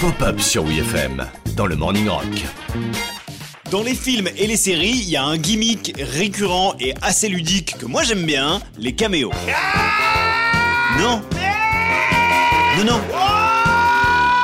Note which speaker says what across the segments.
Speaker 1: Pop-up sur WFM dans le Morning Rock.
Speaker 2: Dans les films et les séries, il y a un gimmick récurrent et assez ludique que moi j'aime bien, les caméos. Non Non, non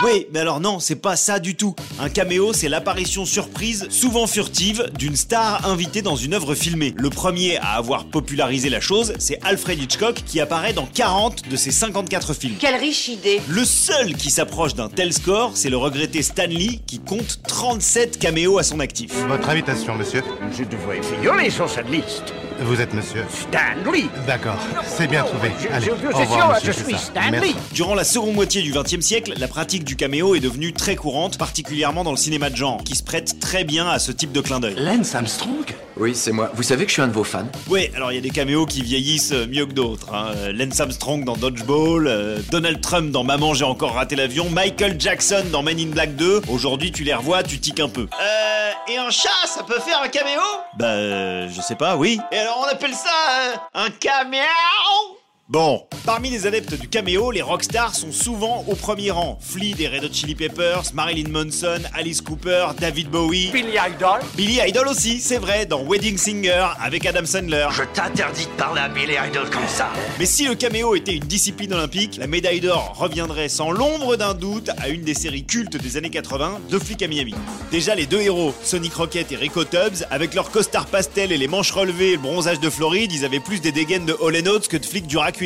Speaker 2: oui, mais alors non, c'est pas ça du tout. Un caméo, c'est l'apparition surprise, souvent furtive, d'une star invitée dans une œuvre filmée. Le premier à avoir popularisé la chose, c'est Alfred Hitchcock qui apparaît dans 40 de ses 54 films.
Speaker 3: Quelle riche idée
Speaker 2: Le seul qui s'approche d'un tel score, c'est le regretté Stan Lee qui compte 37 caméos à son actif.
Speaker 4: Votre invitation, monsieur.
Speaker 5: Je devrais figurer sur cette liste.
Speaker 4: Vous êtes monsieur.
Speaker 5: Stanley Oh,
Speaker 4: D'accord. C'est bien trouvé.
Speaker 5: Je,
Speaker 4: Allez,
Speaker 5: je-
Speaker 4: au
Speaker 5: je suis
Speaker 4: revoir,
Speaker 5: sûr,
Speaker 4: monsieur,
Speaker 5: je
Speaker 4: c'est
Speaker 5: suis
Speaker 4: ça.
Speaker 5: Stanley.
Speaker 4: Merci.
Speaker 2: Durant la seconde moitié du XXe siècle, la pratique du caméo est devenue très courante, particulièrement dans le cinéma de genre, qui se prête très bien à ce type de clin d'œil.
Speaker 6: Lance Armstrong
Speaker 7: Oui, c'est moi. Vous savez que je suis un de vos fans
Speaker 2: Ouais, alors il y a des caméos qui vieillissent euh, mieux que d'autres. hein. Euh, Lance Armstrong dans Dodgeball, euh, Donald Trump dans Maman j'ai encore raté l'avion, Michael Jackson dans Men in Black 2. Aujourd'hui, tu les revois, tu tiques un peu.
Speaker 8: Euh, et un chat, ça peut faire un caméo
Speaker 2: Bah, euh, je sais pas, oui.
Speaker 8: Et alors on appelle ça euh, un caméo
Speaker 2: Bon, parmi les adeptes du caméo, les rockstars sont souvent au premier rang. Flea des Red Hot Chili Peppers, Marilyn Manson, Alice Cooper, David Bowie,
Speaker 5: Billy Idol.
Speaker 2: Billy Idol aussi, c'est vrai, dans Wedding Singer avec Adam Sandler.
Speaker 6: Je t'interdis de parler à Billy Idol comme ça.
Speaker 2: Mais si le caméo était une discipline olympique, la médaille d'or reviendrait sans l'ombre d'un doute à une des séries cultes des années 80, Deux flics à Miami. Déjà les deux héros, Sonic Rocket et Rico Tubbs, avec leur costard pastel et les manches relevées et le bronzage de Floride, ils avaient plus des dégaines de Hall Oates que de flics dur à cuire.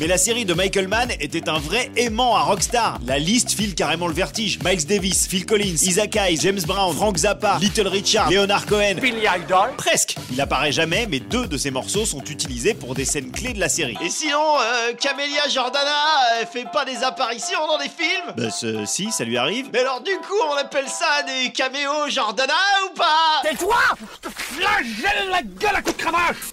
Speaker 2: Mais la série de Michael Mann était un vrai aimant à rockstar. La liste file carrément le vertige. Miles Davis, Phil Collins, Isaac Hayes, James Brown, Frank Zappa, Little Richard, Leonard Cohen,
Speaker 5: Billy Idol.
Speaker 8: Hein
Speaker 2: Presque Il apparaît jamais, mais deux de ses morceaux sont utilisés pour des scènes clés de la série.
Speaker 8: Et sinon, euh, Camélia Jordana euh, fait pas des apparitions dans des films
Speaker 2: Bah, ce- si, ça lui arrive.
Speaker 8: Mais alors du coup, on appelle ça des caméos Jordana ou pas
Speaker 5: Tais-toi Je te flagelle la gueule à coups de cravache